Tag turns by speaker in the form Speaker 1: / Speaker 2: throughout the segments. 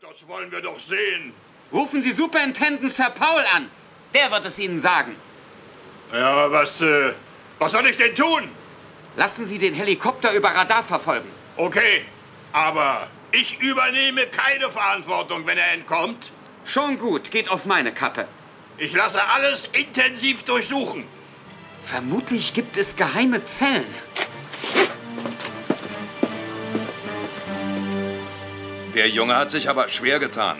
Speaker 1: Das wollen wir doch sehen.
Speaker 2: Rufen Sie Superintendent Sir Paul an. Der wird es Ihnen sagen.
Speaker 1: Ja, aber was, äh, was soll ich denn tun?
Speaker 2: Lassen Sie den Helikopter über Radar verfolgen.
Speaker 1: Okay, aber ich übernehme keine Verantwortung, wenn er entkommt.
Speaker 2: Schon gut, geht auf meine Kappe.
Speaker 1: Ich lasse alles intensiv durchsuchen.
Speaker 2: Vermutlich gibt es geheime Zellen.
Speaker 3: Der Junge hat sich aber schwer getan.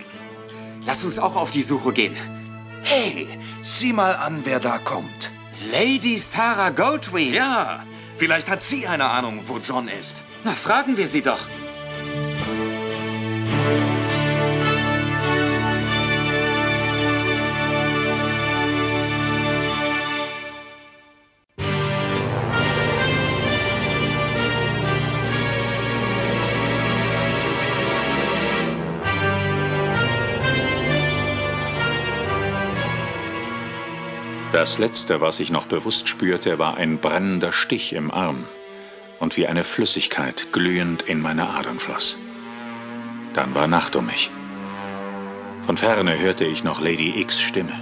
Speaker 2: Lass uns auch auf die Suche gehen.
Speaker 4: Hey, sieh mal an, wer da kommt.
Speaker 2: Lady Sarah Goldwing.
Speaker 4: Ja, vielleicht hat sie eine Ahnung, wo John ist.
Speaker 2: Na, fragen wir sie doch.
Speaker 5: Das Letzte, was ich noch bewusst spürte, war ein brennender Stich im Arm und wie eine Flüssigkeit glühend in meine Adern floss. Dann war Nacht um mich. Von ferne hörte ich noch Lady X Stimme.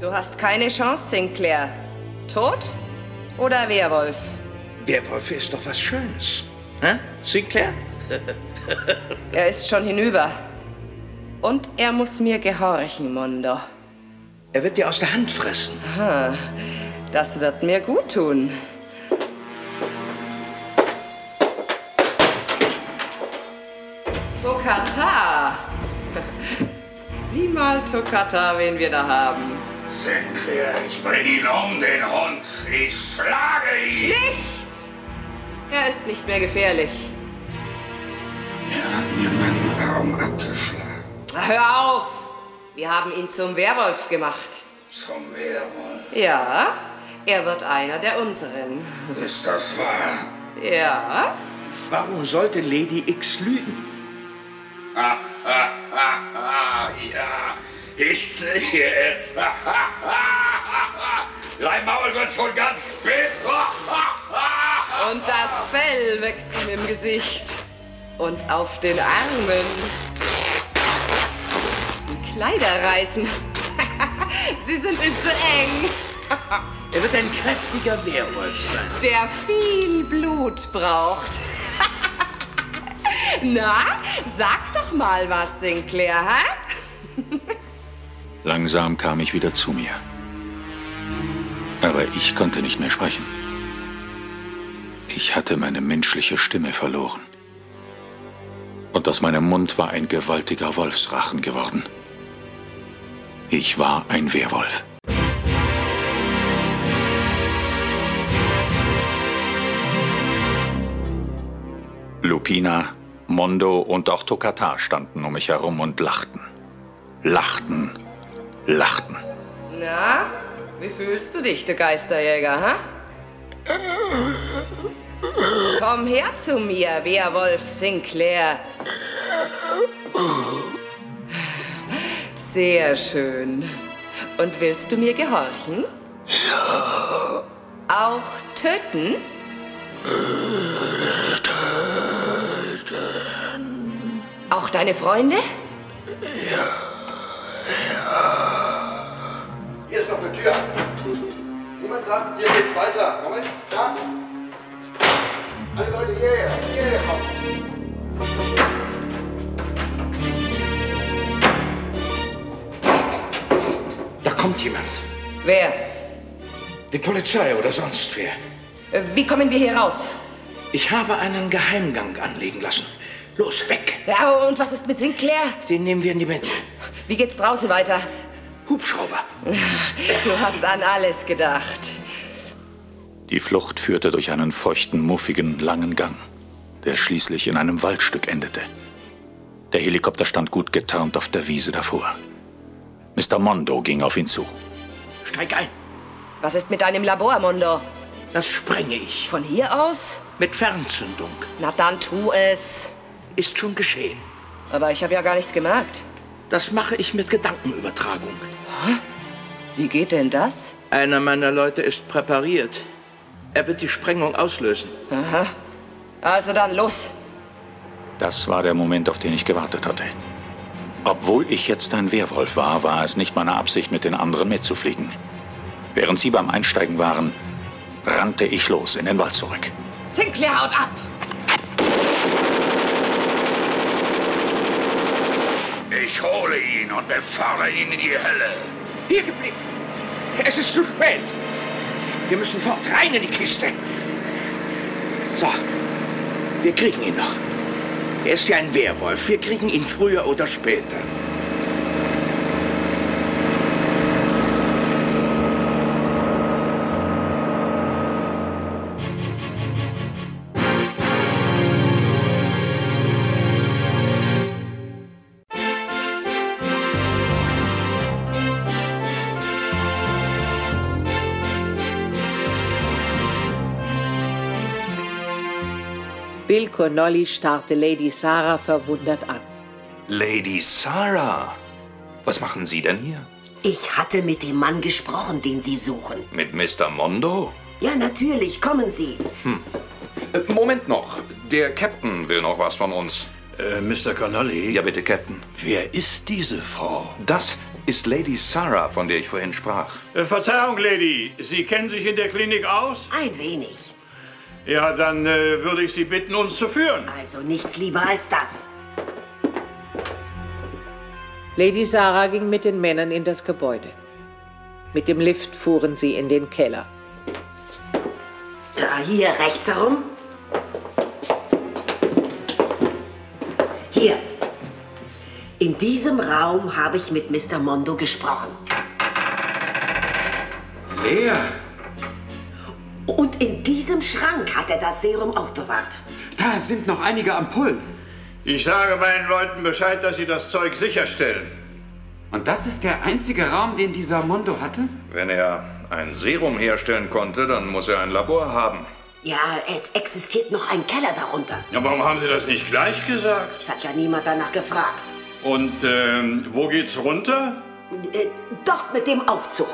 Speaker 6: Du hast keine Chance, Sinclair. Tot oder Werwolf?
Speaker 4: Werwolf ist doch was Schönes. Hä? Sinclair?
Speaker 6: Er ist schon hinüber. Und er muss mir gehorchen, Mondo.
Speaker 4: Er wird dir aus der Hand fressen.
Speaker 6: Das wird mir gut tun. Tokata! Sieh mal, Tokata, wen wir da haben.
Speaker 1: Sinclair, ich bring ihn um, den Hund. Ich schlage ihn.
Speaker 6: Nicht! Er ist nicht mehr gefährlich.
Speaker 1: Er hat mir meinen Arm abgeschlagen.
Speaker 6: Na, hör auf! Wir haben ihn zum Werwolf gemacht.
Speaker 1: Zum Werwolf.
Speaker 6: Ja, er wird einer der unseren.
Speaker 1: Ist das wahr?
Speaker 6: Ja,
Speaker 4: Warum sollte Lady X lügen?
Speaker 1: Ha, ha, ha, ha, ja, ich sehe es. Ha, ha, ha, ha. Dein Maul wird schon ganz spitz. Ha, ha, ha.
Speaker 6: und das Fell wächst ihm im Gesicht. Und auf den Armen. Die Kleider reißen. Sie sind ihm zu eng.
Speaker 4: Er wird ein kräftiger Werwolf sein.
Speaker 6: Der viel Blut braucht. Na, sag doch mal was, Sinclair, hä?
Speaker 5: Langsam kam ich wieder zu mir. Aber ich konnte nicht mehr sprechen. Ich hatte meine menschliche Stimme verloren. Und aus meinem Mund war ein gewaltiger Wolfsrachen geworden. Ich war ein Werwolf. Lupina, Mondo und auch Tokata standen um mich herum und lachten. Lachten, lachten.
Speaker 6: Na, wie fühlst du dich, du Geisterjäger, hä? Komm her zu mir, Werwolf Sinclair. Sehr schön. Und willst du mir gehorchen? Auch töten? Auch deine Freunde?
Speaker 7: Hier ist noch eine Tür. Niemand da? Hier geht's weiter. Moment, da. Alle Leute hierher. Hierher kommen.
Speaker 4: Da kommt jemand.
Speaker 6: Wer?
Speaker 4: Die Polizei oder sonst wer.
Speaker 6: Wie kommen wir hier raus?
Speaker 4: Ich habe einen Geheimgang anlegen lassen. Los, weg!
Speaker 6: Ja, und was ist mit Sinclair?
Speaker 4: Den nehmen wir in die Mitte.
Speaker 6: Wie geht's draußen weiter?
Speaker 4: Hubschrauber.
Speaker 6: Du hast an alles gedacht.
Speaker 5: Die Flucht führte durch einen feuchten, muffigen, langen Gang, der schließlich in einem Waldstück endete. Der Helikopter stand gut getarnt auf der Wiese davor. Mr. Mondo ging auf ihn zu.
Speaker 4: Steig ein.
Speaker 6: Was ist mit deinem Labor, Mondo?
Speaker 4: Das sprenge ich.
Speaker 6: Von hier aus?
Speaker 4: Mit Fernzündung.
Speaker 6: Na dann tu es.
Speaker 4: Ist schon geschehen.
Speaker 6: Aber ich habe ja gar nichts gemerkt.
Speaker 4: Das mache ich mit Gedankenübertragung.
Speaker 6: Wie geht denn das?
Speaker 4: Einer meiner Leute ist präpariert. Er wird die Sprengung auslösen.
Speaker 6: Also dann los.
Speaker 5: Das war der Moment, auf den ich gewartet hatte. Obwohl ich jetzt ein Werwolf war, war es nicht meine Absicht, mit den anderen mitzufliegen. Während sie beim Einsteigen waren, rannte ich los in den Wald zurück.
Speaker 8: Sinclair, haut ab!
Speaker 9: Ich hole ihn und befahre ihn in die Hölle.
Speaker 10: Hier geblieben. Es ist zu spät. Wir müssen fort rein in die Kiste. So, wir kriegen ihn noch. Er ist ja ein Werwolf. Wir kriegen ihn früher oder später.
Speaker 11: Bill Connolly starrte Lady Sarah verwundert an.
Speaker 12: Lady Sarah, was machen Sie denn hier?
Speaker 6: Ich hatte mit dem Mann gesprochen, den Sie suchen.
Speaker 12: Mit Mr. Mondo?
Speaker 6: Ja, natürlich, kommen Sie.
Speaker 12: Äh, Moment noch. Der Captain will noch was von uns.
Speaker 1: Äh, Mr. Connolly,
Speaker 12: Ja, bitte, Captain.
Speaker 1: wer ist diese Frau?
Speaker 12: Das ist Lady Sarah, von der ich vorhin sprach.
Speaker 1: Äh, Verzeihung, Lady, Sie kennen sich in der Klinik aus?
Speaker 6: Ein wenig.
Speaker 1: Ja, dann äh, würde ich Sie bitten, uns zu führen.
Speaker 6: Also nichts lieber als das.
Speaker 11: Lady Sarah ging mit den Männern in das Gebäude. Mit dem Lift fuhren sie in den Keller.
Speaker 6: Ja, hier rechts herum. Hier. In diesem Raum habe ich mit Mr. Mondo gesprochen.
Speaker 9: Lea,
Speaker 6: Und in diesem Schrank hat er das Serum aufbewahrt.
Speaker 9: da sind noch einige Ampullen.
Speaker 1: Ich sage meinen Leuten Bescheid, dass sie das Zeug sicherstellen.
Speaker 2: Und das ist der einzige Raum, den dieser Mondo hatte?
Speaker 12: Wenn er ein Serum herstellen konnte, dann muss er ein Labor haben.
Speaker 6: Ja, es existiert noch ein Keller darunter.
Speaker 1: Ja, warum haben Sie das nicht gleich gesagt?
Speaker 6: Es hat ja niemand danach gefragt.
Speaker 1: Und ähm, wo geht's runter?
Speaker 6: Äh, Dort mit dem Aufzug.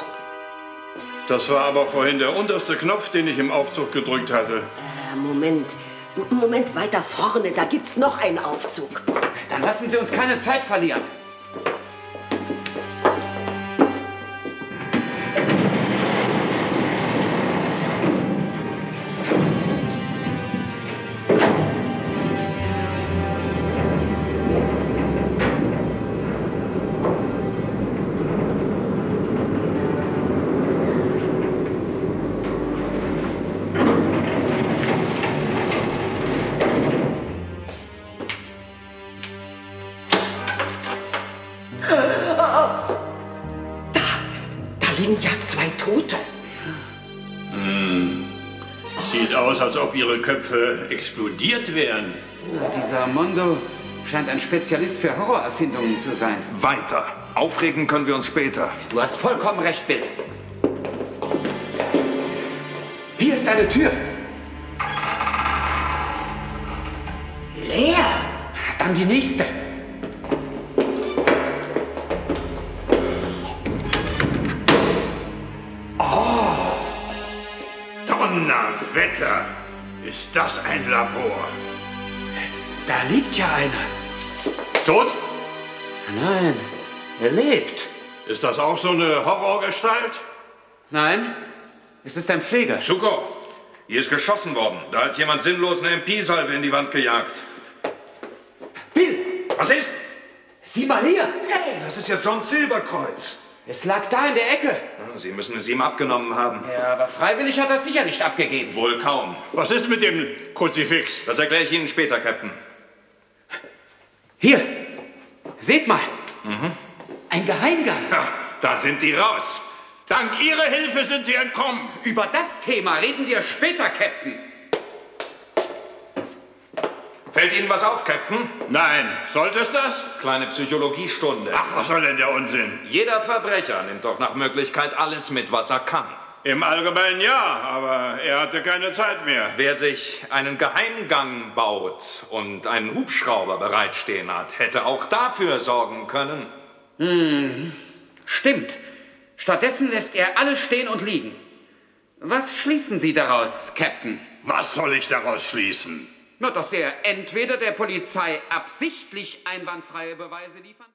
Speaker 1: Das war aber vorhin der unterste Knopf, den ich im Aufzug gedrückt hatte.
Speaker 6: Äh, Moment. M- Moment, weiter vorne, da gibt's noch einen Aufzug.
Speaker 2: Dann lassen Sie uns keine Zeit verlieren.
Speaker 6: Da liegen ja zwei Tote.
Speaker 1: Sieht aus, als ob Ihre Köpfe explodiert wären.
Speaker 2: Dieser Mondo scheint ein Spezialist für Horrorerfindungen zu sein.
Speaker 12: Weiter. Aufregen können wir uns später.
Speaker 2: Du hast vollkommen recht, Bill. Hier ist eine Tür.
Speaker 6: Leer.
Speaker 2: Dann die nächste.
Speaker 1: Donnerwetter! Ist das ein Labor?
Speaker 2: Da liegt ja einer.
Speaker 1: Tot?
Speaker 2: Nein, er lebt.
Speaker 1: Ist das auch so eine Horrorgestalt?
Speaker 2: Nein, es ist ein Pfleger.
Speaker 12: Zuko, hier ist geschossen worden. Da hat jemand sinnlos eine MP-Salve in die Wand gejagt.
Speaker 2: Bill,
Speaker 12: Was ist?
Speaker 2: sieh mal hier.
Speaker 12: Hey, das ist ja John Silberkreuz.
Speaker 2: Es lag da in der Ecke.
Speaker 12: Ah, Sie müssen es ihm abgenommen haben.
Speaker 2: Ja, aber freiwillig hat er es sicher nicht abgegeben.
Speaker 12: Wohl kaum.
Speaker 1: Was ist mit dem Kruzifix?
Speaker 12: Das erkläre ich Ihnen später, Captain.
Speaker 2: Hier, seht mal. Mhm. Ein Geheimgang.
Speaker 1: Ha, da sind die raus. Dank Ihrer Hilfe sind sie entkommen.
Speaker 2: Über das Thema reden wir später, Captain.
Speaker 12: Fällt Ihnen was auf, Captain?
Speaker 1: Nein, sollte es das?
Speaker 12: Kleine Psychologiestunde.
Speaker 1: Ach, was soll denn der Unsinn?
Speaker 12: Jeder Verbrecher nimmt doch nach Möglichkeit alles mit, was er kann.
Speaker 1: Im Allgemeinen ja, aber er hatte keine Zeit mehr.
Speaker 12: Wer sich einen Geheimgang baut und einen Hubschrauber bereitstehen hat, hätte auch dafür sorgen können.
Speaker 2: Stimmt. Stattdessen lässt er alles stehen und liegen. Was schließen Sie daraus, Captain?
Speaker 1: Was soll ich daraus schließen?
Speaker 2: Nur, dass er entweder der Polizei absichtlich einwandfreie Beweise liefern.